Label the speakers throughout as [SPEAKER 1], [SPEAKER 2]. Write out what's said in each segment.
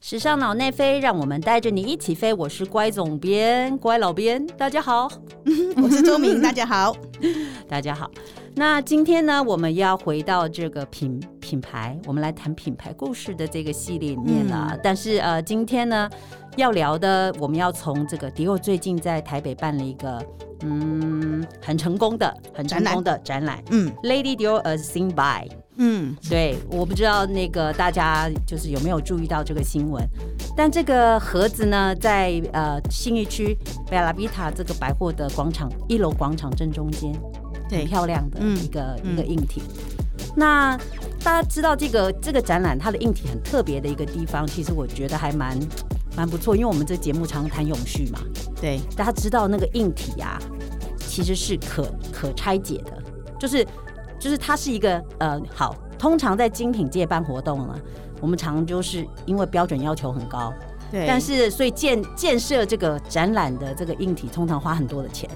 [SPEAKER 1] 时尚脑内飞，让我们带着你一起飞。我是乖总编，乖老编，大家好，
[SPEAKER 2] 我是周明，大 家好，
[SPEAKER 1] 大家好。那今天呢，我们要回到这个品品牌，我们来谈品牌故事的这个系列里面了。但是呃，今天呢，要聊的，我们要从这个迪奥最近在台北办了一个嗯很成功的、很成
[SPEAKER 2] 展览
[SPEAKER 1] 功的展览
[SPEAKER 2] 嗯
[SPEAKER 1] ，Lady Dior a Sing By。
[SPEAKER 2] 嗯，
[SPEAKER 1] 对，我不知道那个大家就是有没有注意到这个新闻，但这个盒子呢，在呃信义区贝拉比塔这个百货的广场一楼广场正中间，很
[SPEAKER 2] 对，
[SPEAKER 1] 漂亮的
[SPEAKER 2] 嗯
[SPEAKER 1] 一个、
[SPEAKER 2] 嗯
[SPEAKER 1] 一个硬体。那大家知道这个这个展览它的硬体很特别的一个地方，其实我觉得还蛮蛮不错，因为我们这节目常谈永续嘛，
[SPEAKER 2] 对，
[SPEAKER 1] 大家知道那个硬体啊，其实是可可拆解的，就是就是它是一个呃好，通常在精品界办活动呢，我们常就是因为标准要求很高，
[SPEAKER 2] 对，
[SPEAKER 1] 但是所以建建设这个展览的这个硬体通常花很多的钱。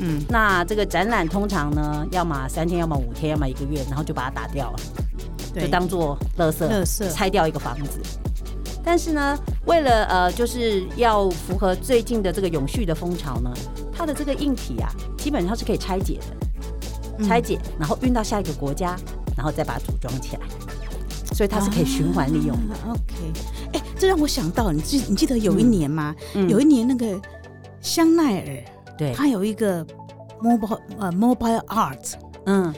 [SPEAKER 2] 嗯，
[SPEAKER 1] 那这个展览通常呢，要么三天，要么五天，要么一个月，然后就把它打掉了，就
[SPEAKER 2] 对，
[SPEAKER 1] 当做垃圾。
[SPEAKER 2] 特色，
[SPEAKER 1] 拆掉一个房子。但是呢，为了呃，就是要符合最近的这个永续的风潮呢，它的这个硬体啊，基本上是可以拆解的，
[SPEAKER 2] 嗯
[SPEAKER 1] 拆解然后运到下一个国家，然后再把它组装起来，所以它是可以循环利用的。
[SPEAKER 2] 啊 OK，哎，这让我想到，你记你记得有一年吗？
[SPEAKER 1] 嗯
[SPEAKER 2] 有一年那个香奈儿，
[SPEAKER 1] 对，
[SPEAKER 2] 它有一个 mobile 呃 mobile art，
[SPEAKER 1] 嗯，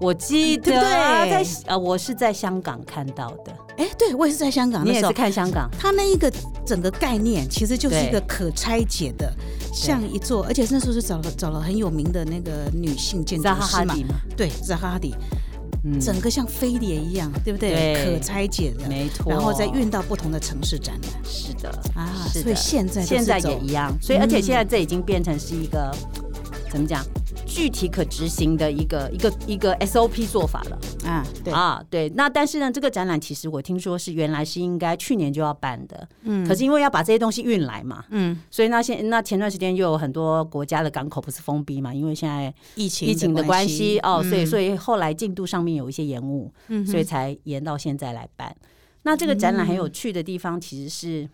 [SPEAKER 1] 我记得
[SPEAKER 2] 对不对
[SPEAKER 1] 在呃，我是在香港看到的，
[SPEAKER 2] 哎，对我也是在香港
[SPEAKER 1] 你
[SPEAKER 2] 那
[SPEAKER 1] 也
[SPEAKER 2] 时候
[SPEAKER 1] 是。看香港，
[SPEAKER 2] 它那一个整个概念其实就是
[SPEAKER 1] 对
[SPEAKER 2] 一个可拆解的，像一座，而且那时候是找了找了很有名的那个女性建筑
[SPEAKER 1] 扎哈
[SPEAKER 2] 师
[SPEAKER 1] 哈
[SPEAKER 2] 嘛
[SPEAKER 1] 迪，嘛，
[SPEAKER 2] 对，扎哈哈迪，
[SPEAKER 1] 嗯，
[SPEAKER 2] 整个像飞碟一样，对不对？
[SPEAKER 1] 对
[SPEAKER 2] 可拆解的，
[SPEAKER 1] 没错，
[SPEAKER 2] 然后再运到不同的城市展览
[SPEAKER 1] 是的，
[SPEAKER 2] 啊。
[SPEAKER 1] 是的
[SPEAKER 2] 所以现在都是
[SPEAKER 1] 现在
[SPEAKER 2] 走
[SPEAKER 1] 也一样，所以
[SPEAKER 2] 嗯
[SPEAKER 1] 而且现在这已经变成是一个、怎么讲，具体可执行的一个一个一个 SOP 做法了
[SPEAKER 2] 啊，对，
[SPEAKER 1] 啊，对。那但是呢，这个展览其实我听说是原来是应该去年就要办的，
[SPEAKER 2] 嗯
[SPEAKER 1] 可是因为要把这些东西运来嘛，
[SPEAKER 2] 嗯，
[SPEAKER 1] 所以那现那前段时间又有很多国家的港口不是封闭嘛，因为现在
[SPEAKER 2] 疫情
[SPEAKER 1] 疫情的关系哦，所以所
[SPEAKER 2] 以
[SPEAKER 1] 以后来进度上面有一些延误，
[SPEAKER 2] 嗯
[SPEAKER 1] 所以才延到现在来办。那这个展览很有趣的地方，其实是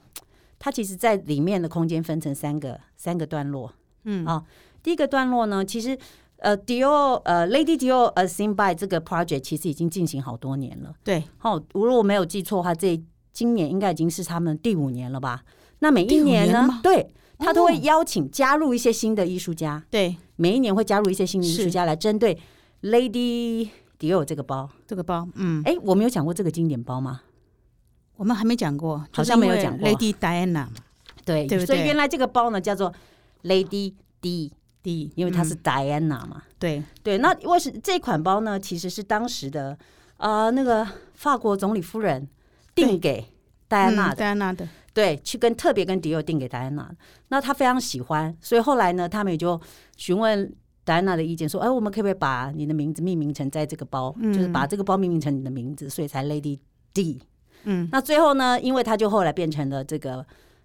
[SPEAKER 1] 它其实在里面的空间分成三个三个段落。
[SPEAKER 2] 嗯
[SPEAKER 1] 啊、第一个段落呢，其实呃，Dior 呃，Lady Dior 呃，Sing by 这个 project 其实已经进行好多年了。
[SPEAKER 2] 对
[SPEAKER 1] 哦，如果我没有记错的话，这今年应该已经是他们第五年了吧？那每一
[SPEAKER 2] 第五
[SPEAKER 1] 年
[SPEAKER 2] 年
[SPEAKER 1] 呢，
[SPEAKER 2] 了吗
[SPEAKER 1] 对他都会
[SPEAKER 2] 哦
[SPEAKER 1] 邀请加入一些新的艺术家。
[SPEAKER 2] 对
[SPEAKER 1] 每一年会加入一些新的艺术
[SPEAKER 2] 是
[SPEAKER 1] 家来针对 Lady Dior 这个包。
[SPEAKER 2] 这个包，嗯，
[SPEAKER 1] 哎，我们有讲过这个经典包吗？
[SPEAKER 2] 我们还没讲过，
[SPEAKER 1] 好像没有讲过
[SPEAKER 2] ，Lady Diana 嘛
[SPEAKER 1] 对
[SPEAKER 2] 对不
[SPEAKER 1] 所以
[SPEAKER 2] 对
[SPEAKER 1] 原来这个包呢叫做 Lady D，
[SPEAKER 2] D，
[SPEAKER 1] 因为它是
[SPEAKER 2] 嗯
[SPEAKER 1] Diana 嘛。
[SPEAKER 2] 对
[SPEAKER 1] 对，那为什这款包呢？其实是当时的呃那个法国总理夫人定给戴安娜的，
[SPEAKER 2] 嗯 Diana 的，
[SPEAKER 1] 对，去跟特别跟迪奥定给戴安娜的。那她非常喜欢，所以后来呢，他们也就询问。戴安娜的意见说：“哎，我们可不可以把你的名字命名成在这个包，就是把这个包命名成你的名字，所以才 Lady D。”
[SPEAKER 2] 嗯，
[SPEAKER 1] 那最后呢，因为它就后来变成了这个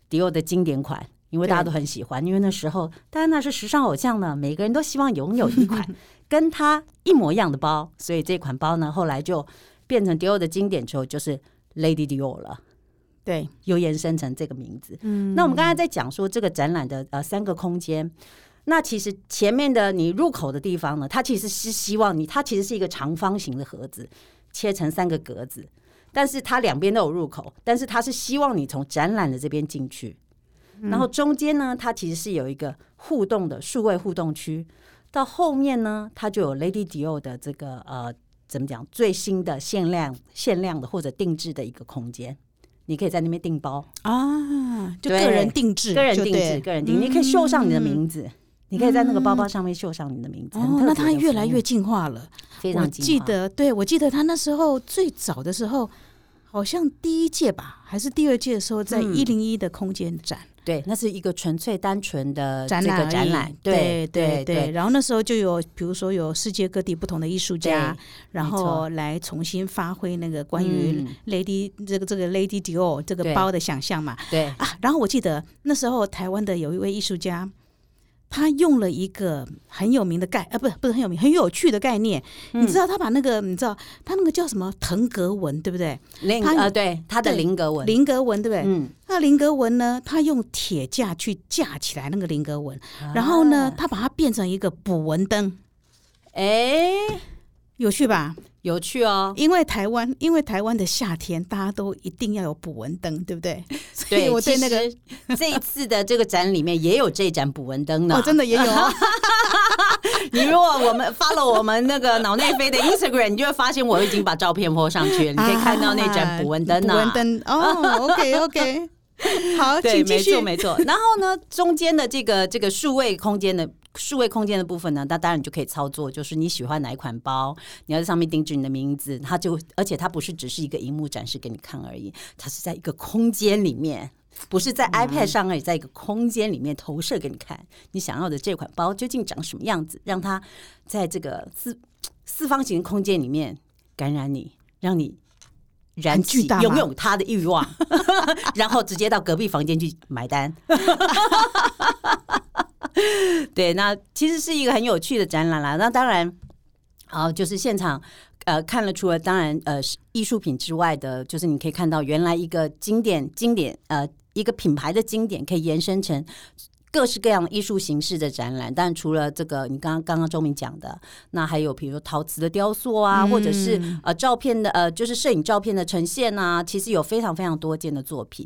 [SPEAKER 1] 迪奥的经典款，因为大家都很喜欢，因为那时候戴安娜是时尚偶像呢，每个人都希望拥有一款跟它一模一样的包，所以这款包呢后来就变成迪奥的经典之后，就是 Lady Dior 了。
[SPEAKER 2] 对，
[SPEAKER 1] 又延伸成这个名字。
[SPEAKER 2] 嗯
[SPEAKER 1] 那我们刚才在讲说这个展览的呃三个空间，那其实前面的你入口的地方呢，它其实是希望你，它其实是一个长方形的盒子，切成三个格子，但是它两边都有入口，但是它是希望你从展览的这边进去，然后中间呢，它其实是有一个互动的数位互动区，到后面呢，它就有 Lady Dior 的这个呃。怎么讲？最新的限量、限量的或者定制的一个空间，你可以在那边订包。
[SPEAKER 2] 啊，就
[SPEAKER 1] 对
[SPEAKER 2] 个人定制，
[SPEAKER 1] 个人
[SPEAKER 2] 就
[SPEAKER 1] 定
[SPEAKER 2] 对嗯
[SPEAKER 1] 制，个人定制，你可以绣上你的名字，你可以在那个包包上面绣上你的名字。很
[SPEAKER 2] 哦，
[SPEAKER 1] 特别
[SPEAKER 2] 那它
[SPEAKER 1] 的
[SPEAKER 2] 越
[SPEAKER 1] 服
[SPEAKER 2] 来
[SPEAKER 1] 务
[SPEAKER 2] 越进化了。
[SPEAKER 1] 非
[SPEAKER 2] 我
[SPEAKER 1] 常精
[SPEAKER 2] 记
[SPEAKER 1] 华，
[SPEAKER 2] 得，对我记得他那时候最早的时候，好像第一届吧，还是第二届的时候，在
[SPEAKER 1] 嗯
[SPEAKER 2] 一零一的空间展、
[SPEAKER 1] 对，那是一个纯粹单纯的
[SPEAKER 2] 展
[SPEAKER 1] 呃这
[SPEAKER 2] 览
[SPEAKER 1] 个
[SPEAKER 2] 而
[SPEAKER 1] 展
[SPEAKER 2] 已
[SPEAKER 1] 览，
[SPEAKER 2] 对
[SPEAKER 1] 对
[SPEAKER 2] 对然后那时候就有，比如说有世界各地不同的艺术家，然后来重新发挥那个关于
[SPEAKER 1] 嗯
[SPEAKER 2] Lady、这个这个 Lady Dior 这
[SPEAKER 1] 对
[SPEAKER 2] 个包的想象嘛
[SPEAKER 1] 对
[SPEAKER 2] 啊。然后我记得那时候台湾的有一位艺术家，他用了一个很有名的概，呃，不是不是很有名，很有趣的概念。你
[SPEAKER 1] 嗯
[SPEAKER 2] 知道他把那个，你知道他那个叫什么腾格文，对不对？
[SPEAKER 1] 菱
[SPEAKER 2] 它
[SPEAKER 1] 呃对它的
[SPEAKER 2] 对
[SPEAKER 1] 菱格纹，
[SPEAKER 2] 菱格文，对不对？
[SPEAKER 1] 嗯，
[SPEAKER 2] 那菱格纹呢，他用铁架去架起来那个菱格纹，然后呢，
[SPEAKER 1] 啊，
[SPEAKER 2] 他把它变成一个捕蚊灯，
[SPEAKER 1] 哎，
[SPEAKER 2] 有趣吧？
[SPEAKER 1] 有趣哦，
[SPEAKER 2] 因为台湾，因为台湾的夏天，大家都一定要有捕蚊灯，对不 对？所以我 对那个
[SPEAKER 1] 其实这一次的这个展里面也有这一盏捕蚊灯呢。
[SPEAKER 2] 哦，真的也有啊，
[SPEAKER 1] 你如果我们 follow 我们那个脑内飞的 Instagram，你就会发现我已经把照片泼上去了， 你可以看到那盏捕蚊灯啊
[SPEAKER 2] 捕
[SPEAKER 1] 呢、
[SPEAKER 2] 蚊啊 灯哦，OK OK，好，
[SPEAKER 1] 对，
[SPEAKER 2] 请
[SPEAKER 1] 没
[SPEAKER 2] 继续
[SPEAKER 1] 错，。没错。然后呢，中间的这个这个数位空间的数位空间的部分呢，那当然你就可以操作，就是你喜欢哪一款包，你要在上面定制你的名字，它就而且它不是只是一个荧幕展示给你看而已，它是在一个空间里面。不是在
[SPEAKER 2] 嗯
[SPEAKER 1] iPad 上，而已，在一个空间里面投射给你看，你想要的这款包究竟长什么样子，让它在这个四四方形空间里面感染你，让你燃
[SPEAKER 2] 很巨
[SPEAKER 1] 起
[SPEAKER 2] 大吗
[SPEAKER 1] 拥有它的欲望。 然后直接到隔壁房间去买单。 对，那其实是一个很有趣的展览啦。那当然，啊、就是现场呃看了，除了当然呃是艺术品之外的，就是你可以看到原来一个经典经典呃一个品牌的经典可以延伸成。各式各样艺术形式的展览，但除了这个，你刚刚刚刚周明讲的，那还有比如说陶瓷的雕塑啊，或者是呃照片的呃，就是摄影照片的呈现啊，其实有非常非常多件的作品。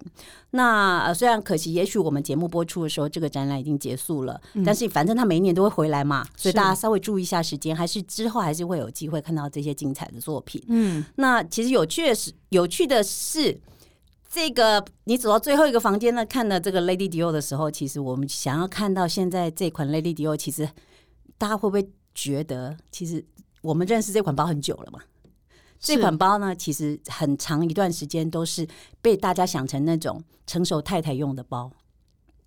[SPEAKER 1] 那、呃、虽然可惜，也许我们节目播出的时候，这个展览已经结束了，但是反正它每一年都会回来嘛，所以
[SPEAKER 2] 是
[SPEAKER 1] 大家稍微注意一下时间，还是之后还是会有机会看到这些精彩的作品。
[SPEAKER 2] 嗯，
[SPEAKER 1] 那其实有趣的是，有趣的是，这个你走到最后一个房间呢，看了这个 Lady Dior 的时候，其实我们想要看到现在这款 Lady Dior，其实大家会不会觉得，其实我们认识这款包很久了嘛？
[SPEAKER 2] 是
[SPEAKER 1] 这款包呢，其实很长一段时间都是被大家想成那种成熟太太用的包。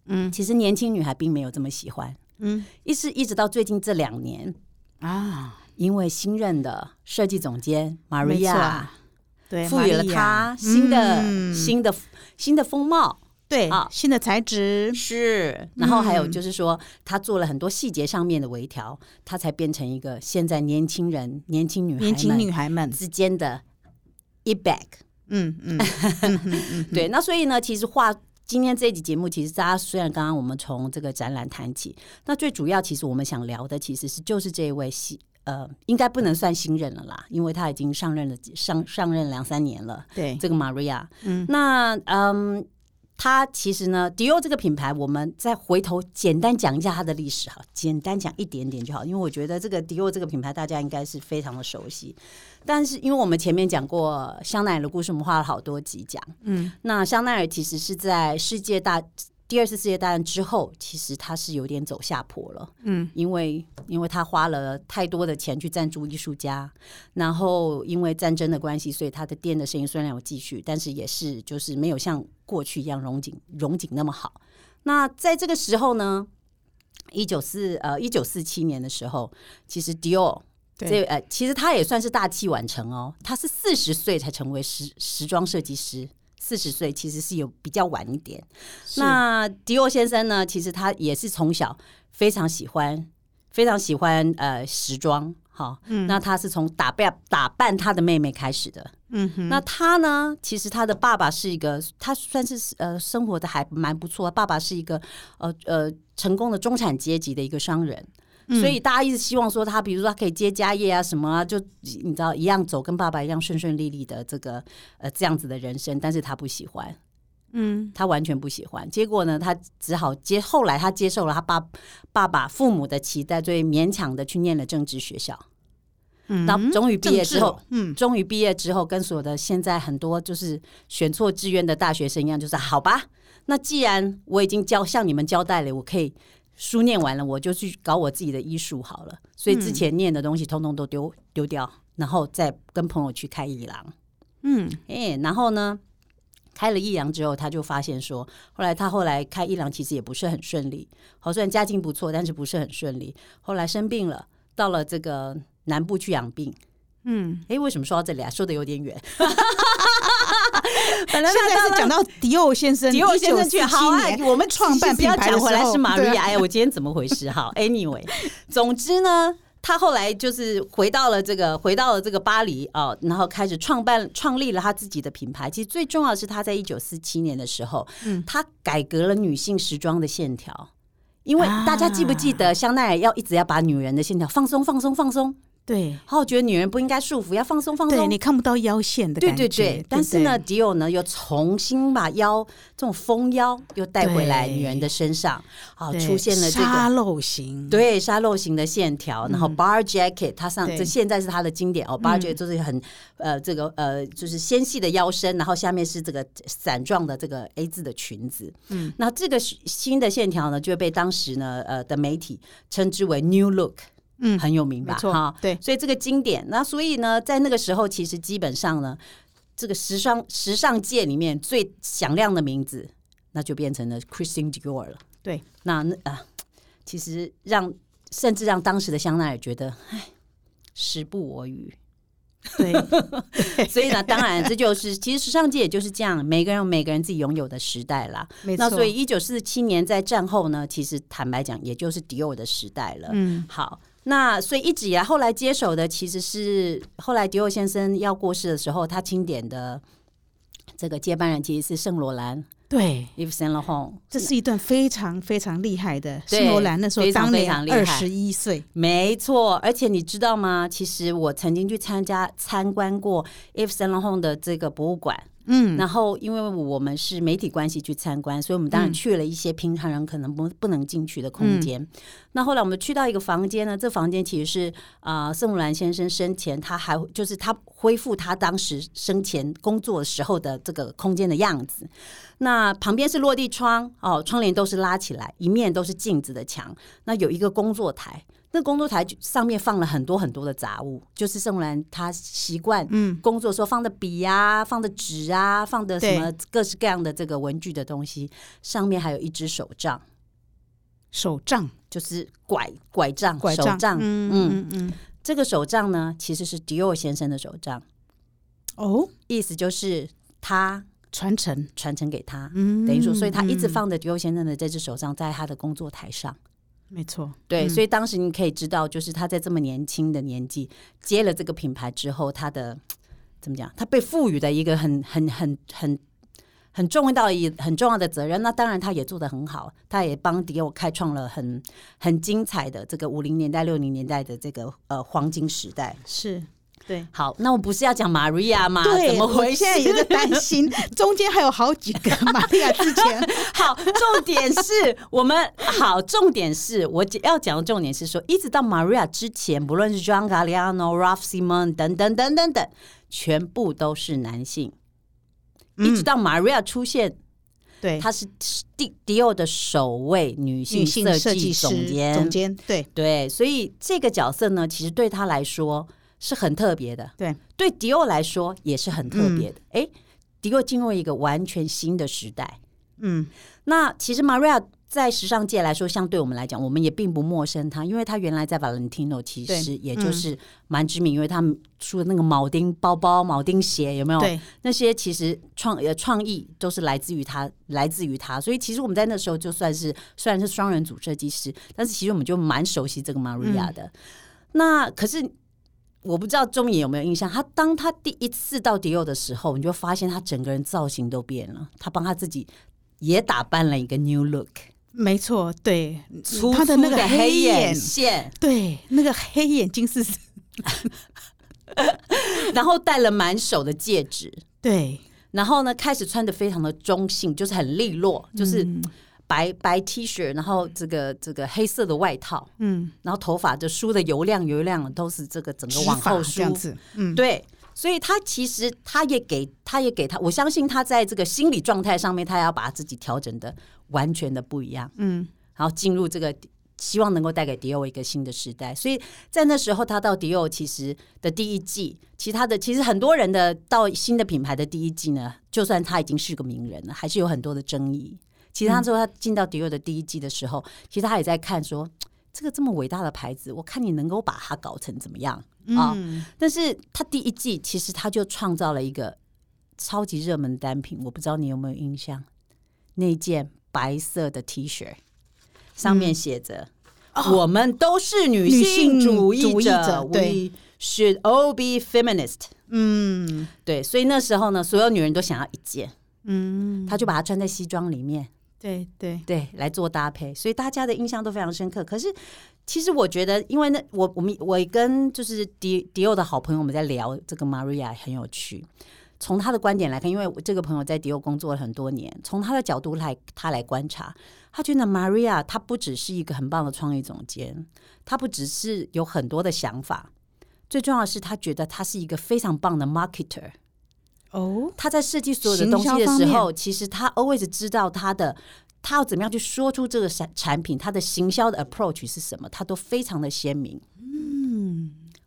[SPEAKER 2] 嗯
[SPEAKER 1] 其实年轻女孩并没有这么喜欢，
[SPEAKER 2] 嗯
[SPEAKER 1] 一是一直到最近这两年，
[SPEAKER 2] 啊，
[SPEAKER 1] 因为新任的设计总监
[SPEAKER 2] 没错
[SPEAKER 1] Maria
[SPEAKER 2] 对，
[SPEAKER 1] 赋予了
[SPEAKER 2] 玛利亚
[SPEAKER 1] 它新的、
[SPEAKER 2] 嗯
[SPEAKER 1] 新的新的风貌。
[SPEAKER 2] 对
[SPEAKER 1] 啊
[SPEAKER 2] 新的材质，
[SPEAKER 1] 是，然后还有
[SPEAKER 2] 嗯
[SPEAKER 1] 就是说，他做了很多细节上面的微调，他才变成一个现在年轻人、年轻女
[SPEAKER 2] 年
[SPEAKER 1] 孩
[SPEAKER 2] 轻
[SPEAKER 1] 们
[SPEAKER 2] 女孩们，
[SPEAKER 1] 之间的 e bag。
[SPEAKER 2] 嗯 嗯，
[SPEAKER 1] 对，那所以呢，其实画今天这一集节目，其实大家虽然刚刚我们从这个展览谈起，那最主要其实我们想聊的其实是就是这一位新呃，应该不能算新任了啦，因为他已经上任了上上任两三年了。
[SPEAKER 2] 对，
[SPEAKER 1] 这个 Maria，
[SPEAKER 2] 嗯
[SPEAKER 1] 那嗯，它其实呢，迪奥这个品牌，我们再回头简单讲一下它的历史哈，简单讲一点点就好，因为我觉得这个迪奥这个品牌大家应该是非常的熟悉，但是因为我们前面讲过香奈儿的故事，我们花了好多集讲，
[SPEAKER 2] 嗯，
[SPEAKER 1] 那香奈儿其实是在世界大。第二次世界大战之后，其实它是有点走下坡了，
[SPEAKER 2] 嗯，
[SPEAKER 1] 因为因为他花了太多的钱去赞助艺术家，然后因为战争的关系，所以他的店的生意虽然有继续，但是也是就是没有像过去一样荣景荣景那么好。那在这个时候呢，一九四呃一九四七年的时候，其实迪奥
[SPEAKER 2] 对
[SPEAKER 1] 这呃其实他也算是大器晚成哦，他是四十岁才成为时时装设计师，四十岁其实是有比较晚一点。
[SPEAKER 2] 是
[SPEAKER 1] 那迪奥先生呢，其实他也是从小非常喜欢，非常喜欢呃时装。好，那他是从打扮打扮他的妹妹开始的。
[SPEAKER 2] 嗯哼，
[SPEAKER 1] 那他呢，其实他的爸爸是一个，他算是呃生活的还蛮不错。爸爸是一个呃呃成功的中产阶级的一个商人。
[SPEAKER 2] 嗯
[SPEAKER 1] 所以大家一直希望说他，比如说他可以接家业啊什么啊，就你知道一样走跟爸爸一样顺顺利利的这个呃这样子的人生，但是他不喜欢。
[SPEAKER 2] 嗯
[SPEAKER 1] 他完全不喜欢。结果呢，他只好接，后来他接受了他爸爸爸父母的期待，所以勉强的去念了政治学校。
[SPEAKER 2] 嗯，
[SPEAKER 1] 然后终于毕业
[SPEAKER 2] 政治
[SPEAKER 1] 之后
[SPEAKER 2] 哦，嗯，
[SPEAKER 1] 终于毕业之后，跟所有的现在很多就是选错志愿的大学生一样，就是啊好吧，那既然我已经交向你们交代了，我可以书念完了，我就去搞我自己的医术好了。所以之前念的东西通通都丢丢掉，然后再跟朋友去开艺廊。
[SPEAKER 2] 嗯
[SPEAKER 1] 哎、然后呢，开了一郎之后，他就发现说，后来他后来开一郎其实也不是很顺利，好，虽然家境不错，但是不是很顺利。后来生病了，到了这个南部去养病，
[SPEAKER 2] 嗯，
[SPEAKER 1] 诶，为什么说到这里啊？说的有点远。 本来
[SPEAKER 2] 现在是讲到迪奥先生，
[SPEAKER 1] 迪奥先生去，好啊
[SPEAKER 2] 1947，年
[SPEAKER 1] 我们
[SPEAKER 2] 创办
[SPEAKER 1] 不要
[SPEAKER 2] 品牌的
[SPEAKER 1] 讲回来
[SPEAKER 2] 时候
[SPEAKER 1] 是玛利
[SPEAKER 2] 对
[SPEAKER 1] 亚，
[SPEAKER 2] 啊
[SPEAKER 1] 哎，我今天怎么回事？好，anyway，总 之呢。他后来就是回到了这个，回到了这个巴黎哦，然后开始创办、创立了他自己的品牌。其实最重要的是，他在一九四七年的时候，
[SPEAKER 2] 嗯
[SPEAKER 1] 他改革了女性时装的线条，因为大家记不
[SPEAKER 2] 啊
[SPEAKER 1] 记得香奈儿要一直要把女人的线条放松、放松、放松，
[SPEAKER 2] 对啊
[SPEAKER 1] 然后觉得女人不应该束缚，要放松、放
[SPEAKER 2] 对，
[SPEAKER 1] 松。
[SPEAKER 2] 你看不到腰线的
[SPEAKER 1] 哦对
[SPEAKER 2] 感
[SPEAKER 1] 对
[SPEAKER 2] 觉，
[SPEAKER 1] 对
[SPEAKER 2] 不，
[SPEAKER 1] 但是呢，，迪奥呢又重新把腰这种丰腰又带回来
[SPEAKER 2] 对
[SPEAKER 1] 女人的身上，好
[SPEAKER 2] 对
[SPEAKER 1] 出现了这
[SPEAKER 2] 沙
[SPEAKER 1] 个。
[SPEAKER 2] 漏型，
[SPEAKER 1] 对沙漏型的线条，然后 bar jacket，它上
[SPEAKER 2] 对嗯
[SPEAKER 1] 这现在是它的经典哦，bar jacket 就是很呃这个呃就是纤细的腰身，然后下面是这个伞状的这个 A 字的裙子，嗯，那这个新的线条呢就被当时呢呃的媒体称之为 new look，
[SPEAKER 2] 嗯
[SPEAKER 1] 很有名
[SPEAKER 2] 没
[SPEAKER 1] 吧？
[SPEAKER 2] 错
[SPEAKER 1] 哈，
[SPEAKER 2] 对
[SPEAKER 1] 所以这个经典，那所以呢，在那个时候，其实基本上呢，这个时尚时尚界里面最响亮的名字，那就变成了 Christian Dior 了。
[SPEAKER 2] 对，
[SPEAKER 1] 那那啊、其实让甚至让当时的香奈儿觉得，唉，时不我 与。
[SPEAKER 2] 对，
[SPEAKER 1] 所以呢，当然这就是其实时尚界也就是这样，每个人有每个人自己拥有的时代啦。
[SPEAKER 2] 没错，
[SPEAKER 1] 那所以一九四七年在战后呢，其实坦白讲，也就是迪奥的时代了。
[SPEAKER 2] 嗯，
[SPEAKER 1] 好，那所以一直以来，后来接手的其实是后来迪奥先生要过世的时候，他钦点的这个接班人其实是圣罗兰
[SPEAKER 2] 对。
[SPEAKER 1] （Yves Saint Laurent）。
[SPEAKER 2] 这是一段非常非常厉害的，
[SPEAKER 1] 对
[SPEAKER 2] 圣罗兰那时候
[SPEAKER 1] 非常
[SPEAKER 2] 当年
[SPEAKER 1] 非常厉害
[SPEAKER 2] 二十一岁，
[SPEAKER 1] 没错，而且你知道吗？其实我曾经去参加参观过 Yves Saint Laurent 的这个博物馆，
[SPEAKER 2] 嗯，
[SPEAKER 1] 然后因为我们是媒体关系去参观，所以我们当然
[SPEAKER 2] 嗯
[SPEAKER 1] 去了一些平常人可能不不能进去的空间。那后来我们去到一个房间呢，这房间其实是啊圣母兰先生生前他还就是他恢复他当时生前工作时候的这个空间的样子。那旁边是落地窗哦，窗帘都是拉起来，一面都是镜子的墙。那有一个工作台，那工作台就上面放了很多很多的杂物，就是圣母兰他习惯
[SPEAKER 2] 嗯，
[SPEAKER 1] 工作的时候放的笔啊，放的纸啊，放的什
[SPEAKER 2] 对
[SPEAKER 1] 么各式各样的这个文具的东西，上面还有一只手杖，
[SPEAKER 2] 手杖、
[SPEAKER 1] 就是拐拐杖、
[SPEAKER 2] 拐
[SPEAKER 1] 手
[SPEAKER 2] 杖，
[SPEAKER 1] 杖。
[SPEAKER 2] 嗯嗯嗯，
[SPEAKER 1] 这个手杖呢，其实是迪奥先生的手杖，
[SPEAKER 2] 哦，
[SPEAKER 1] 意思就是他
[SPEAKER 2] 传承，
[SPEAKER 1] 传承给他，
[SPEAKER 2] 嗯，
[SPEAKER 1] 等于说，所以他一直
[SPEAKER 2] 嗯，
[SPEAKER 1] 放着迪奥先生的这只手杖在他的工作台上。
[SPEAKER 2] 没错，
[SPEAKER 1] 对，
[SPEAKER 2] 嗯
[SPEAKER 1] 所以当时你可以知道，就是他在这么年轻的年纪接了这个品牌之后，他的怎么讲？他被赋予的一个很很很很很重要的一很重要的责任。那当然，他也做得很好，他也帮迪奥开创了很很精彩的这个五零年代、六零年代的这个呃黄金时代。
[SPEAKER 2] 是对。
[SPEAKER 1] 好，那我不是要讲玛利亚吗？
[SPEAKER 2] 对，
[SPEAKER 1] 啊怎么
[SPEAKER 2] 我
[SPEAKER 1] 回事
[SPEAKER 2] 现？在有点担心， 中间还有好几个玛利亚之前，
[SPEAKER 1] 好，重点是我们好，重点是我要讲的重点是说，一直到 Maria 之前，不论是 John Galliano、Ralph Simon 等等等等等，全部都是男性。
[SPEAKER 2] 嗯
[SPEAKER 1] 一直到 Maria 出现，
[SPEAKER 2] 对，
[SPEAKER 1] 她是迪迪奥的首位女
[SPEAKER 2] 女
[SPEAKER 1] 性
[SPEAKER 2] 性设计
[SPEAKER 1] 计
[SPEAKER 2] 师
[SPEAKER 1] 总监。
[SPEAKER 2] 总监，对
[SPEAKER 1] 对，所以这个角色呢，其实对她来说是很特别的。
[SPEAKER 2] 对，
[SPEAKER 1] 对迪奥来说也是很特别的。诶，迪奥进入一个完全新的时代。
[SPEAKER 2] 嗯，
[SPEAKER 1] 那其实 Maria 在时尚界来说，相对我们来讲，我们也并不陌生她，因为她原来在 Valentino 其实
[SPEAKER 2] 对
[SPEAKER 1] 也就是蛮知名，因为他们出的那个铆钉包包、铆钉鞋有没有？
[SPEAKER 2] 对，
[SPEAKER 1] 那些其实创呃创意都是来自于她，来自于她。所以其实我们在那时候就算是虽然是双人组设计师，但是其实我们就蛮熟悉这个
[SPEAKER 2] 嗯
[SPEAKER 1] Maria 的。那可是。我不知道钟颖有没有印象，她当她第一次到迪奥的时候，你就发现她整个人造型都变了，她帮她自己也打扮了一个 new look，
[SPEAKER 2] 没错，对，
[SPEAKER 1] 粗
[SPEAKER 2] 他
[SPEAKER 1] 粗
[SPEAKER 2] 的那个
[SPEAKER 1] 黑
[SPEAKER 2] 眼，
[SPEAKER 1] 线，
[SPEAKER 2] 对，那个黑眼睛是，
[SPEAKER 1] 然后戴了满手的戒指，
[SPEAKER 2] 对，
[SPEAKER 1] 然后呢开始穿的非常的中性，就是很利落，
[SPEAKER 2] 嗯
[SPEAKER 1] 就是白、白 T 恤，然后这个这个黑色的外套，
[SPEAKER 2] 嗯，
[SPEAKER 1] 然后头发就梳的油亮油亮的，都是这个整个
[SPEAKER 2] 直
[SPEAKER 1] 往后
[SPEAKER 2] 发
[SPEAKER 1] 梳
[SPEAKER 2] 这样子，嗯，
[SPEAKER 1] 对，所以他其实他也给他也给他，我相信他在这个心理状态上面，他要把自己调整的完全的不一样，
[SPEAKER 2] 嗯，
[SPEAKER 1] 然后进入这个。希望能够带给迪欧一个新的时代，所以在那时候，他到迪欧其实的第一季，其他的其实很多人的到新的品牌的第一季呢，就算他已经是个名人了，还是有很多的争议。其实他说他进到迪欧的第一季的时候，其实他也在看说这个这么伟大的牌子，我看你能够把它搞成怎么样？啊
[SPEAKER 2] 嗯，
[SPEAKER 1] 但是它第一季其实它就创造了一个超级热门的单品，我不知道你有没有印象？那件白色的 T 恤上面写着、我们都是女
[SPEAKER 2] 嗯哦女
[SPEAKER 1] 性
[SPEAKER 2] 性
[SPEAKER 1] 主义
[SPEAKER 2] 主义
[SPEAKER 1] 者
[SPEAKER 2] 者
[SPEAKER 1] w
[SPEAKER 2] 对
[SPEAKER 1] e should all be feminist。
[SPEAKER 2] 嗯
[SPEAKER 1] 对，所以那时候呢，所有女人都想要一件，
[SPEAKER 2] 嗯，
[SPEAKER 1] 她就把它穿在西装里面，
[SPEAKER 2] 对对，
[SPEAKER 1] 对，来做搭配，所以大家的印象都非常深刻。可是，其实我觉得，因为那我我们我跟就是迪迪欧的好朋友，我们在聊这个 Maria 很有趣。从他的观点来看，因为我这个朋友在迪欧工作了很多年，从他的角度来，他来观察，他觉得 Maria 她不只是一个很棒的创意总监，她不只是有很多的想法，最重要的是，他觉得她是一个非常棒的 marketer。
[SPEAKER 2] 哦，
[SPEAKER 1] 他在设计所有的
[SPEAKER 2] 行
[SPEAKER 1] 东西
[SPEAKER 2] 销
[SPEAKER 1] 的
[SPEAKER 2] 方
[SPEAKER 1] 时候，其实他 always 知道他的他要怎么样去说出这个产产品，他的行销的 approach 是什么，他都非常的鲜明。嗯，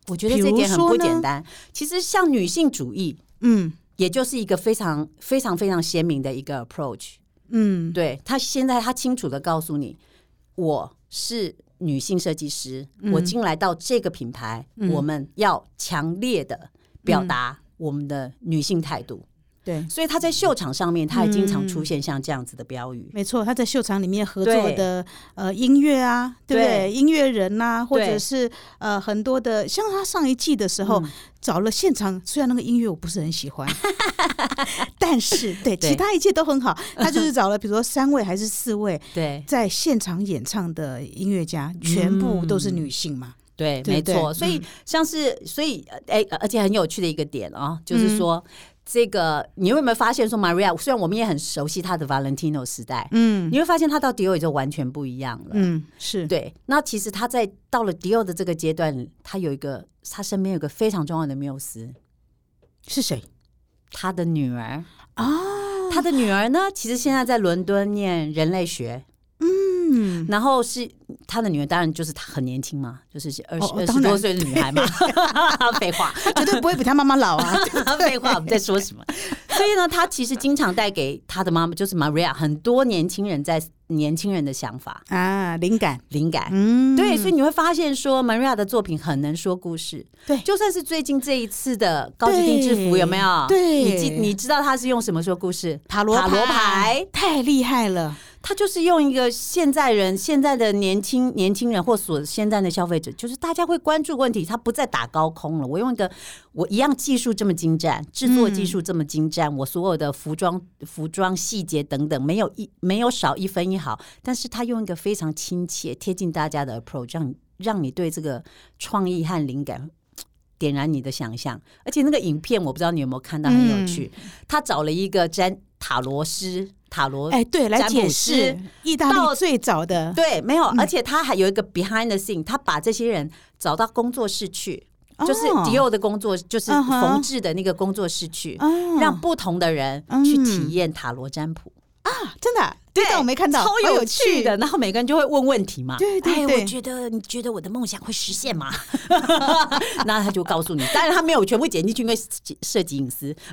[SPEAKER 1] 我觉得
[SPEAKER 2] 比
[SPEAKER 1] 这
[SPEAKER 2] 如
[SPEAKER 1] 点很不
[SPEAKER 2] 说呢
[SPEAKER 1] 简单。其实像女性主义，
[SPEAKER 2] 嗯
[SPEAKER 1] 也就是一个非常非常非常鲜明的一个 approach。
[SPEAKER 2] 嗯，
[SPEAKER 1] 对他现在他清楚的告诉你，我是女性设计师，
[SPEAKER 2] 嗯
[SPEAKER 1] 我进来到这个品牌，我们要强烈的表
[SPEAKER 2] 嗯
[SPEAKER 1] 达我们的女性态度。
[SPEAKER 2] 对，
[SPEAKER 1] 所以他在秀场上面，他也经常出现像
[SPEAKER 2] 嗯
[SPEAKER 1] 这样子的标语。
[SPEAKER 2] 没错，他在秀场里面合作
[SPEAKER 1] 对
[SPEAKER 2] 的呃音乐啊，对不
[SPEAKER 1] 对
[SPEAKER 2] 对？音乐人呐、或
[SPEAKER 1] 对
[SPEAKER 2] 者是呃很多的，像他上一季的时
[SPEAKER 1] 嗯
[SPEAKER 2] 候、找了现场，虽然那个音乐我不是很 喜欢，但是对
[SPEAKER 1] 对
[SPEAKER 2] 其他一切都很好。他就是找了比如说三位还是四位
[SPEAKER 1] 对
[SPEAKER 2] 在现场演唱的音乐家，全部都是女性嘛。
[SPEAKER 1] 对，
[SPEAKER 2] 对
[SPEAKER 1] 没
[SPEAKER 2] 对嗯
[SPEAKER 1] 错。所以像是，所以呃哎，而且很有趣的一个点
[SPEAKER 2] 嗯
[SPEAKER 1] 啊，就是说。这个你有没有发现说，Maria 虽然我们也很熟悉她的 Valentino 时代，
[SPEAKER 2] 嗯
[SPEAKER 1] 你会发现她到迪奥也就完全不一样了。
[SPEAKER 2] 嗯，是
[SPEAKER 1] 对，那其实她在到了迪奥的这个阶段，她有一个，她身边有个非常重要的缪斯，
[SPEAKER 2] 是谁？
[SPEAKER 1] 她的女儿啊，她的女儿呢，其实现在在伦敦念人类学，
[SPEAKER 2] 嗯，
[SPEAKER 1] 然后是她的女儿，当然就是她很年轻嘛，就是二十
[SPEAKER 2] 哦
[SPEAKER 1] 二十
[SPEAKER 2] 哦当
[SPEAKER 1] 多
[SPEAKER 2] 然
[SPEAKER 1] 岁的女孩嘛， 废话，
[SPEAKER 2] 绝对不会比他妈妈 老啊。
[SPEAKER 1] 废话，我们在说什么？所以呢，她其实经常带给她的妈妈，就是 Maria 很多年轻人在年轻人的想法、
[SPEAKER 2] 啊，灵感，
[SPEAKER 1] 灵感。
[SPEAKER 2] 嗯，
[SPEAKER 1] 对，所以你会发现说，Maria 的作品很能说故事。
[SPEAKER 2] 对
[SPEAKER 1] 就算是最近这一次的高级定制服，
[SPEAKER 2] 对
[SPEAKER 1] 有没有？
[SPEAKER 2] 对
[SPEAKER 1] 你记你知道她是用什么说故事？
[SPEAKER 2] 塔罗
[SPEAKER 1] 塔罗牌
[SPEAKER 2] 太厉害了，
[SPEAKER 1] 他就是用一个现在人、现在的年轻年轻人或所现在的消费者，就是大家会关注问题，他不再打高空了。我用一个我一样技术这么精湛，制作技术这么精湛，我所有的服装、服装细节等等，没有一没有少一分一毫，但是他用一个非常亲切、贴近大家的 approach，让你让你对这个创意和灵感。点燃你的想象，而且那个影片我不知道你有没有看到，很有趣。他找了一个占塔罗师，塔罗
[SPEAKER 2] 哎，对，来
[SPEAKER 1] 占卜
[SPEAKER 2] 解
[SPEAKER 1] 师
[SPEAKER 2] 释意大
[SPEAKER 1] 到
[SPEAKER 2] 利最早的
[SPEAKER 1] 对，没有，而且他还有一个 behind the scene，他把这些人找到工作室去，就是
[SPEAKER 2] 哦
[SPEAKER 1] 迪奥的工作，就是
[SPEAKER 2] 嗯哼
[SPEAKER 1] 缝制的那个工作室去，
[SPEAKER 2] 哦
[SPEAKER 1] 让不同的人去体验塔罗占卜。
[SPEAKER 2] 啊真的啊，这段我没看到，
[SPEAKER 1] 超
[SPEAKER 2] 好有
[SPEAKER 1] 趣的。然后每个人就会问问题嘛，
[SPEAKER 2] 对对
[SPEAKER 1] 哎，
[SPEAKER 2] 对
[SPEAKER 1] 我觉得你觉得我的梦想会实现吗？ 那他就告诉你，当然他没有全部剪进去，因为涉及隐私，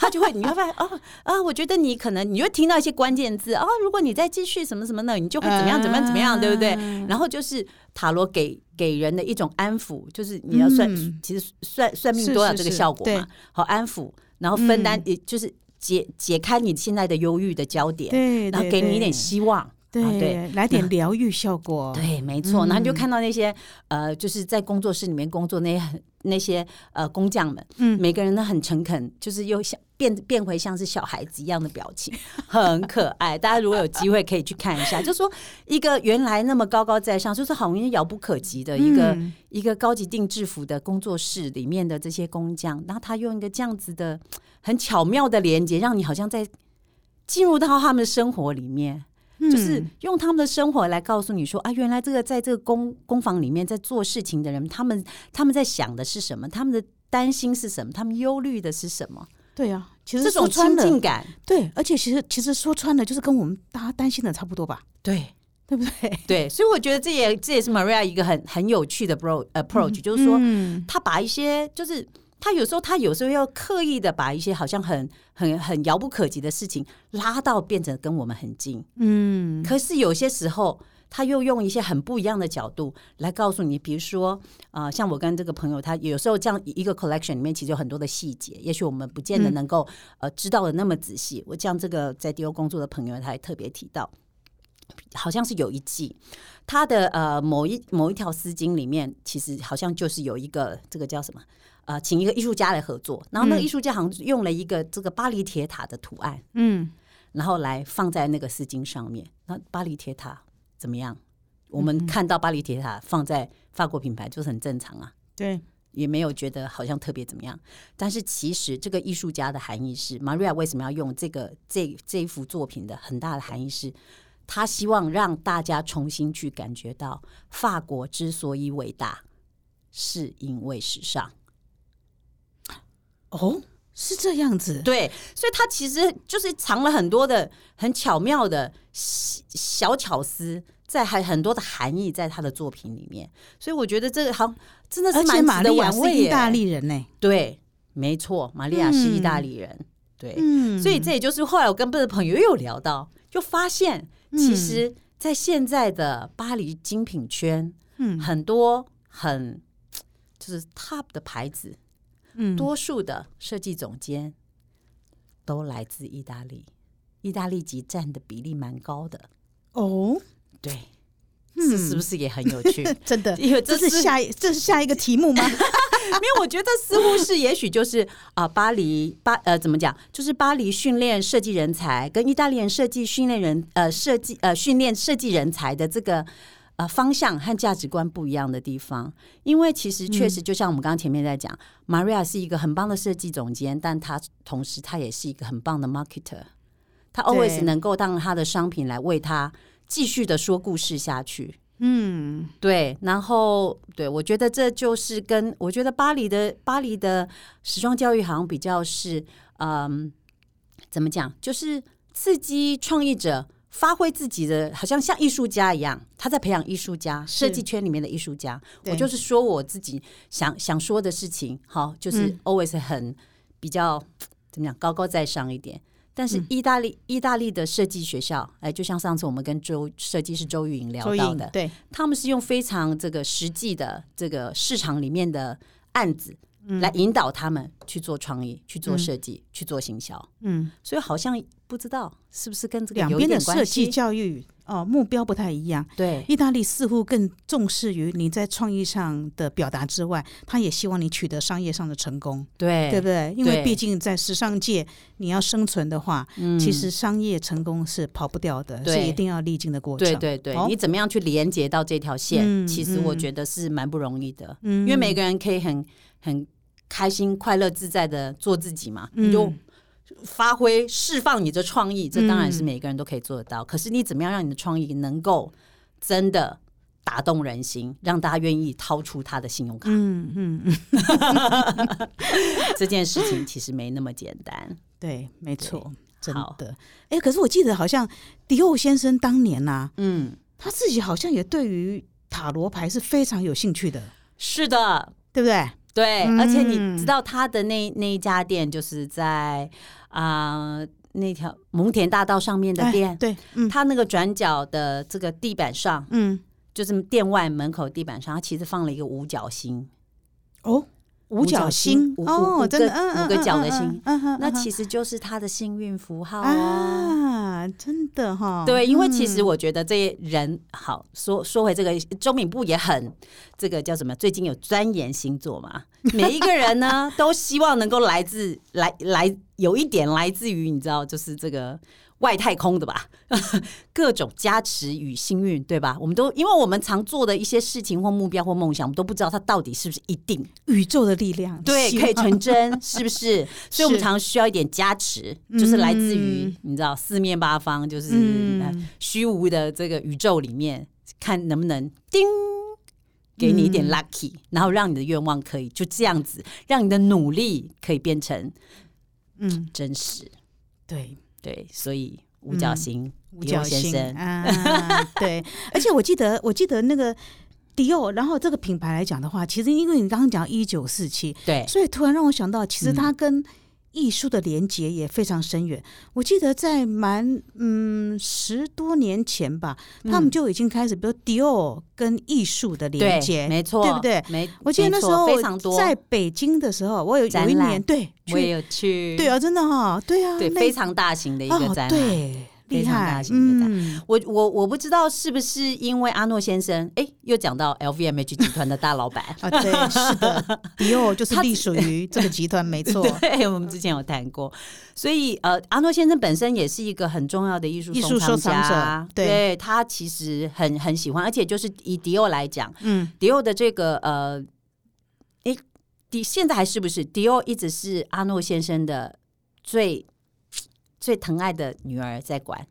[SPEAKER 1] 他就会你会发现哦啊，我觉得你可能你会听到一些关键字哦，如果你再继续什么什么呢，你就会怎么样怎么样怎么
[SPEAKER 2] 嗯
[SPEAKER 1] 样，对不对？然后就是塔罗给给人的一种安抚，就是你要算，
[SPEAKER 2] 嗯
[SPEAKER 1] 其实算算命
[SPEAKER 2] 是
[SPEAKER 1] 都要
[SPEAKER 2] 是
[SPEAKER 1] 这个
[SPEAKER 2] 是嗯
[SPEAKER 1] 效果嘛
[SPEAKER 2] 对，
[SPEAKER 1] 好安抚，然后分担，也就是解解开你现在的忧郁的焦点，
[SPEAKER 2] 对，
[SPEAKER 1] 然后
[SPEAKER 2] 对
[SPEAKER 1] 给你一点
[SPEAKER 2] 对
[SPEAKER 1] 希望。啊对
[SPEAKER 2] 对，嗯来点疗愈效果。
[SPEAKER 1] 对，没错。然后你就看到那些、呃，就是在工作室里面工作那些那些呃工匠们，
[SPEAKER 2] 嗯
[SPEAKER 1] 每个人都很诚恳，就是又像变变回像是小孩子一样的表情， 很可爱。大家如果有机会可以去看一下，就说一个原来那么高高在上，就是好像遥不可及的一个、
[SPEAKER 2] 嗯
[SPEAKER 1] 一个高级定制服的工作室里面的这些工匠，然后他用一个这样子的很巧妙的连接，让你好像在进入到他们的生活里面。就是
[SPEAKER 2] 嗯
[SPEAKER 1] 用他们的生活来告诉你说啊，原来这个在这个工工坊里面在做事情的人，他们他们在想的是什么，他们的担心是什么，他们忧虑的是什么，
[SPEAKER 2] 对啊，其
[SPEAKER 1] 这
[SPEAKER 2] 实
[SPEAKER 1] 种
[SPEAKER 2] 说穿
[SPEAKER 1] 亲近
[SPEAKER 2] 了，
[SPEAKER 1] 感，
[SPEAKER 2] 对，而且其实其实说穿了，就是跟我们大家担心的差不多吧，
[SPEAKER 1] 对
[SPEAKER 2] 对不 对？
[SPEAKER 1] 对，所以我觉得这也这也是 Maria 一个很很有趣的 bro 呃 approach，、就是说
[SPEAKER 2] 嗯
[SPEAKER 1] 他把一些就是。他有时候，他有时候要刻意的把一些好像很很很遥不可及的事情拉到变成跟我们很近，
[SPEAKER 2] 嗯，
[SPEAKER 1] 可是有些时候，他又用一些很不一样的角度来告诉你，比如说，呃，像我跟这个朋友，他有时候这样一个 collection 里面其实有很多的细节，也许我们不见
[SPEAKER 2] 嗯
[SPEAKER 1] 得能够、呃知道的那么仔细。我像这个在 DO 工作的朋友，他也特别提到，好像是有一季，他的呃某一某一条丝巾里面，其实好像就是有一个这个叫什么？呃，请一个艺术家来合作，然后那个艺术家好像用了一个这个巴黎铁塔的图案，
[SPEAKER 2] 嗯，
[SPEAKER 1] 然后来放在那个丝巾上面。那巴黎铁塔怎么样？我们看到巴黎铁塔放在法国品牌就是很正常啊，
[SPEAKER 2] 对，
[SPEAKER 1] 也没有觉得好像特别怎么样。但是其实这个艺术家的含义是，Maria 为什么要用这个这这一幅作品的很大的含义是，他希望让大家重新去感觉到法国之所以伟大，是因为时尚。
[SPEAKER 2] 哦，是这样子，
[SPEAKER 1] 对，所以它其实就是藏了很多的很巧妙的小小巧思，在还很多的含义在他的作品里面。所以我觉得这个好像真的是
[SPEAKER 2] 而且
[SPEAKER 1] 蛮
[SPEAKER 2] 玛
[SPEAKER 1] 值得
[SPEAKER 2] 利亚
[SPEAKER 1] 玩
[SPEAKER 2] 是
[SPEAKER 1] 味
[SPEAKER 2] 意大
[SPEAKER 1] 耶。
[SPEAKER 2] 利人呢、
[SPEAKER 1] 对，没错，玛利亚是意大利人。对，
[SPEAKER 2] 嗯
[SPEAKER 1] 所以这也就是后来我跟贝的朋友又有聊到，就发现其实，在现在的巴黎精品圈，
[SPEAKER 2] 嗯
[SPEAKER 1] 很多很就是 top 的牌子，
[SPEAKER 2] 嗯
[SPEAKER 1] 多数的设计总监都来自意大利，意大利籍占的比例蛮高的。
[SPEAKER 2] 哦，
[SPEAKER 1] 对，是是不是也很有趣？
[SPEAKER 2] 真的，
[SPEAKER 1] 因为
[SPEAKER 2] 嗯这
[SPEAKER 1] 这
[SPEAKER 2] 是
[SPEAKER 1] 是
[SPEAKER 2] 下一这是下一个题目吗？
[SPEAKER 1] 没有，我觉得似乎是，也许就是啊、巴黎巴呃怎么讲，就是巴黎训练设计人才跟意大利人设计训练人呃设计呃训练设计人才的这个。呃，方向和价值观不一样的地方，因为其实确实就像我们刚刚前面在讲、m a r i a 是一个很棒的设计总监，但她同时她也是一个很棒的 marketer，她 always
[SPEAKER 2] 对
[SPEAKER 1] 能够让她的商品来为她继续的说故事下去。
[SPEAKER 2] 嗯，
[SPEAKER 1] 对，然后对我觉得这就是跟我觉得巴黎的巴黎的时装教育好像比较是，嗯，怎么讲，就是刺激创意者发挥自己的，好像像艺术家一样，他在培养艺术家，设计圈里面的艺术家。我
[SPEAKER 2] 对
[SPEAKER 1] 就是说我自己想想说的事情，好，就是
[SPEAKER 2] 嗯
[SPEAKER 1] always 很比较怎么讲，高高在上一点。但
[SPEAKER 2] 嗯
[SPEAKER 1] 是意大利、意大利的设计学校，哎，就像上次我们跟周设计师周玉莹聊
[SPEAKER 2] 周
[SPEAKER 1] 到
[SPEAKER 2] 颖
[SPEAKER 1] 的，
[SPEAKER 2] 对，
[SPEAKER 1] 他们是用非常这个实际的这个市场里面的案子
[SPEAKER 2] 嗯
[SPEAKER 1] 来引导他们去做创意、去做设计、去做行销，
[SPEAKER 2] 嗯，
[SPEAKER 1] 所以好像不知道是不是跟这个
[SPEAKER 2] 两
[SPEAKER 1] 有一
[SPEAKER 2] 边的
[SPEAKER 1] 点
[SPEAKER 2] 设
[SPEAKER 1] 关
[SPEAKER 2] 计
[SPEAKER 1] 系？
[SPEAKER 2] 教育哦目标不太一样。
[SPEAKER 1] 对
[SPEAKER 2] 意大利似乎更重视于你在创意上的表达之外，他也希望你取得商业上的成功，
[SPEAKER 1] 对
[SPEAKER 2] 对不对？因为
[SPEAKER 1] 对
[SPEAKER 2] 毕竟在时尚界，你要生存的话，
[SPEAKER 1] 嗯
[SPEAKER 2] 其实商业成功是跑不掉的，
[SPEAKER 1] 对
[SPEAKER 2] 是一定要历经的过程。
[SPEAKER 1] 对对对，
[SPEAKER 2] 哦
[SPEAKER 1] 你怎么样去连接到这条线？
[SPEAKER 2] 嗯
[SPEAKER 1] 其实我
[SPEAKER 2] 嗯
[SPEAKER 1] 觉得是蛮不容易的，
[SPEAKER 2] 嗯
[SPEAKER 1] 因为每个人可以很很开心、快乐、自在的做自己嘛，你就
[SPEAKER 2] 嗯
[SPEAKER 1] 发挥、释放你的创意，这当然
[SPEAKER 2] 嗯
[SPEAKER 1] 是每个人都可以做得到。可是你怎么样让你的创意能够真的打动人心，让大家愿意掏出他的信用卡？
[SPEAKER 2] 嗯嗯嗯，
[SPEAKER 1] 这件事情其实没那么简单。
[SPEAKER 2] 对，没错，真
[SPEAKER 1] 好
[SPEAKER 2] 的。哎，可是我记得好像迪奥先生当年啊呐、
[SPEAKER 1] 嗯，
[SPEAKER 2] 他自己好像也对于塔罗牌是非常有兴趣的，
[SPEAKER 1] 是的，
[SPEAKER 2] 对不对？
[SPEAKER 1] 对，
[SPEAKER 2] 嗯
[SPEAKER 1] 而且你知道他的那那一家店就是在啊、呃那条蒙田大道上面的
[SPEAKER 2] 哎
[SPEAKER 1] 店，
[SPEAKER 2] 对，嗯
[SPEAKER 1] 他那个转角的这个地板上，
[SPEAKER 2] 嗯，
[SPEAKER 1] 就是店外门口地板上，他其实放了一个五角星，
[SPEAKER 2] 哦，五角星
[SPEAKER 1] 五五
[SPEAKER 2] 哦，
[SPEAKER 1] 五
[SPEAKER 2] 真的，
[SPEAKER 1] 个
[SPEAKER 2] 嗯嗯
[SPEAKER 1] 五个角的
[SPEAKER 2] 嗯
[SPEAKER 1] 星
[SPEAKER 2] 嗯嗯嗯
[SPEAKER 1] 那
[SPEAKER 2] 嗯
[SPEAKER 1] 其实就是他的幸运符号哦。
[SPEAKER 2] 啊，真的哈，
[SPEAKER 1] 对，因为其
[SPEAKER 2] 嗯
[SPEAKER 1] 实我觉得这些人好说说回这个周敏步也很这个叫什么？最近有钻研星座嘛，每一个人 呢都希望能够来自来来有一点来自于你知道，就是这个外太空的吧， 各种加持与幸运，对吧？我们都因为我们常做的一些事情或目标或梦想，我们都不知道它到底是不是一定
[SPEAKER 2] 宇宙的力量，
[SPEAKER 1] 对，
[SPEAKER 2] 希
[SPEAKER 1] 可以
[SPEAKER 2] 望
[SPEAKER 1] 成真，是不 是？所以我们
[SPEAKER 2] 是
[SPEAKER 1] 常需要一点加持，就是来自于
[SPEAKER 2] 嗯
[SPEAKER 1] 你知道四面八方，就是
[SPEAKER 2] 嗯
[SPEAKER 1] 呃虚无的这个宇宙里面，看能不能叮。给你一
[SPEAKER 2] 嗯
[SPEAKER 1] 点 lucky，、然后让你的愿望可以就这样子，让你的努力可以变成
[SPEAKER 2] 嗯，
[SPEAKER 1] 真实。
[SPEAKER 2] 对，
[SPEAKER 1] 对，所以五角星，
[SPEAKER 2] 五
[SPEAKER 1] 迪奥
[SPEAKER 2] 角
[SPEAKER 1] 先
[SPEAKER 2] 星
[SPEAKER 1] 生
[SPEAKER 2] 啊，对， 而且我记得，我记得那个迪奥，然后这个品牌来讲的话，其实因为你刚刚讲一九四七，
[SPEAKER 1] 对嗯
[SPEAKER 2] 所以突然让我想到，其实它跟艺术的连接也非常深远。我记得在蛮嗯十多年前吧，他们就已经开始，比如迪奥跟艺术的连接，
[SPEAKER 1] 嗯对，没错，
[SPEAKER 2] 对不对？
[SPEAKER 1] 没，
[SPEAKER 2] 我记得那时候
[SPEAKER 1] 没错非常多，
[SPEAKER 2] 在北京的时候，我有有
[SPEAKER 1] 展
[SPEAKER 2] 一
[SPEAKER 1] 览
[SPEAKER 2] 年对
[SPEAKER 1] 我也有
[SPEAKER 2] 去，
[SPEAKER 1] 去，
[SPEAKER 2] 对啊，真的哈、对啊，
[SPEAKER 1] 对，
[SPEAKER 2] 那
[SPEAKER 1] 非常大型的一个展览。
[SPEAKER 2] 哦、对，
[SPEAKER 1] 非
[SPEAKER 2] 厉
[SPEAKER 1] 常大
[SPEAKER 2] 害，
[SPEAKER 1] 型的
[SPEAKER 2] 嗯，，
[SPEAKER 1] 我我我不知道是不是因为阿诺先生，哎，又讲到 LVMH 集团的大老板
[SPEAKER 2] 啊，对，是 的，迪奥就是隶属于这个集团，没错，
[SPEAKER 1] 对，我们之前有谈过，所以呃，阿诺先生本身也是一个很重要的艺术
[SPEAKER 2] 艺
[SPEAKER 1] 收
[SPEAKER 2] 术收藏
[SPEAKER 1] 家
[SPEAKER 2] 者对
[SPEAKER 1] 他其实很很喜欢，而且就是以迪奥来讲，
[SPEAKER 2] 嗯，
[SPEAKER 1] 迪奥的这个呃，诶，迪现在还是不是迪奥一直是阿诺先生的最最疼爱的女儿在管，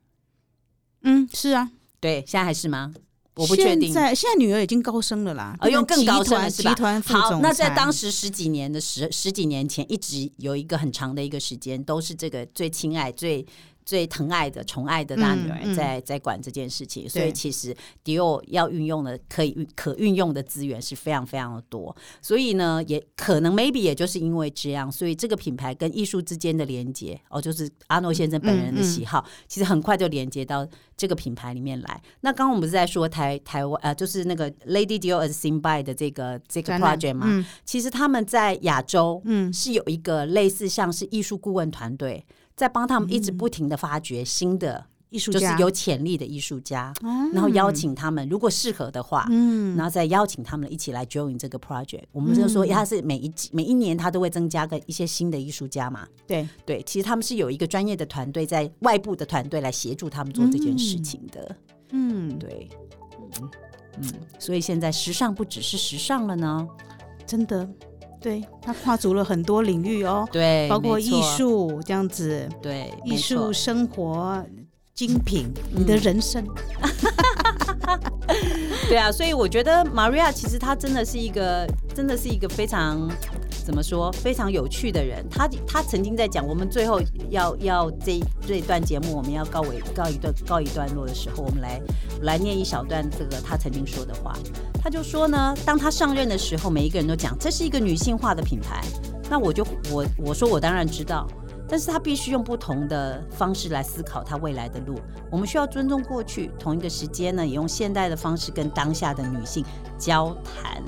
[SPEAKER 2] 嗯，是啊，
[SPEAKER 1] 对，现在还是吗？我不确定
[SPEAKER 2] 现。在现在女儿已经高升了啦，
[SPEAKER 1] 哦又更高升了是
[SPEAKER 2] 集团
[SPEAKER 1] 吧
[SPEAKER 2] 集团副
[SPEAKER 1] 好，
[SPEAKER 2] 总
[SPEAKER 1] 那在
[SPEAKER 2] 裁
[SPEAKER 1] 当时十几年的十十几年前，一直有一个很长的一个时间，都是这个最亲爱、最最疼爱的、宠爱的大女
[SPEAKER 2] 嗯
[SPEAKER 1] 儿
[SPEAKER 2] 嗯
[SPEAKER 1] 在、在管这件事情。所
[SPEAKER 2] 对
[SPEAKER 1] 以其实迪奥要运用的可以运可运用的资源是非常非常的多。所以呢，也可能 maybe 也就是因为这样，所以这个品牌跟艺术之间的连接，哦，就是阿诺先生本人的
[SPEAKER 2] 嗯
[SPEAKER 1] 喜好，其实很快就连接到这个品牌里面来。那刚刚我们不是在说台台湾呃，就是那个 Lady Dior as Seen by 的这个这个
[SPEAKER 2] 展览
[SPEAKER 1] project 嘛，
[SPEAKER 2] 嗯
[SPEAKER 1] 其实他们在亚洲，
[SPEAKER 2] 嗯
[SPEAKER 1] 是有一个类似像是艺术顾问团队，在帮他们一直不停的发掘新的，
[SPEAKER 2] 艺术
[SPEAKER 1] 就是
[SPEAKER 2] 家，哦
[SPEAKER 1] 有潜力的艺术家，然后邀请他们，如果适合的话。
[SPEAKER 2] 嗯
[SPEAKER 1] 然后再邀请他们一起来 join 这个 project。我们就说，他是每一季每一年他都会增加个一些新的艺术家嘛。
[SPEAKER 2] 对，
[SPEAKER 1] 对，其实他们是有一个专业的团队，在外部的团队来协助他们做这件事情的。
[SPEAKER 2] 嗯，
[SPEAKER 1] 对，嗯嗯，所以现在时尚不只是时尚了呢，
[SPEAKER 2] 真的，对他跨足了很多领域哦，
[SPEAKER 1] 对
[SPEAKER 2] 包括
[SPEAKER 1] 没
[SPEAKER 2] 艺
[SPEAKER 1] 错
[SPEAKER 2] 术这样子，
[SPEAKER 1] 对，
[SPEAKER 2] 艺
[SPEAKER 1] 没错嗯
[SPEAKER 2] 术、生活、精品，你的人生，
[SPEAKER 1] 对啊，所以我觉得 Maria 其实她真的是一个，真的是一个非常怎么说，非常有趣的人。她她曾经在讲，我们最后要要这这一段节目，我们要告尾告一段告一段落的时候，我们来来念一小段这个她曾经说的话。她就说呢，当她上任的时候，每一个人都讲这是一个女性化的品牌。那我就我我说我当然知道，但是他必须用不同的方式来思考他未来的路。我们需要尊重过去，同一个时间呢，也用现代的方式跟当下的女性交谈。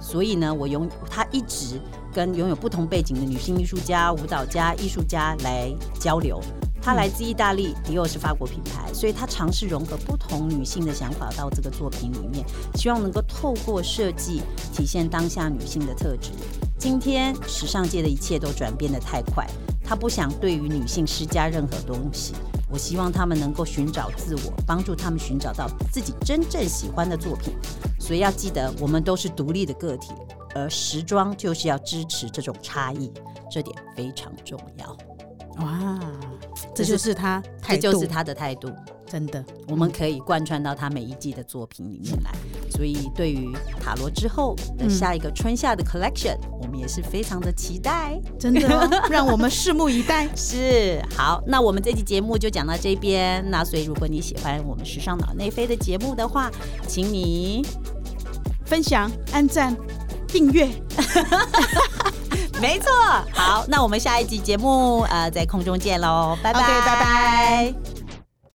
[SPEAKER 1] 所以呢，我拥他一直跟拥有不同背景的女性艺术家、舞蹈家、艺术家来交流。他来自意大利，迪奥是法国品牌，所以他尝试融合不同女性的想法到这个作品里面，希望能够透过设计体现当下女性的特质。今天时尚界的一切都转变得太快，他不想对于女性施加任何东西。我希望她们能够寻找自我，帮助她们寻找到自己真正喜欢的作品。所以要记得，我们都是独立的个体，而时装就是要支持这种差异，这点非常重要。
[SPEAKER 2] 哇，
[SPEAKER 1] 这
[SPEAKER 2] 这就是是他态
[SPEAKER 1] 这
[SPEAKER 2] 度，
[SPEAKER 1] 就是她的态度，
[SPEAKER 2] 真的，
[SPEAKER 1] 我们可以贯穿到她每一季的作品里面来。所以，对于塔罗之后
[SPEAKER 2] 嗯
[SPEAKER 1] 的下一个春夏的 collection，、我们也是非常的期待。
[SPEAKER 2] 真的哦、 让我们拭目以待。
[SPEAKER 1] 是好，那我们这期节目就讲到这边。那所以，如果你喜欢我们时尚脑内飞的节目的话，请你
[SPEAKER 2] 分享、按赞、订阅，
[SPEAKER 1] 没错。好，那我们下一集节目呃在空中见喽，拜拜
[SPEAKER 2] OK，拜拜。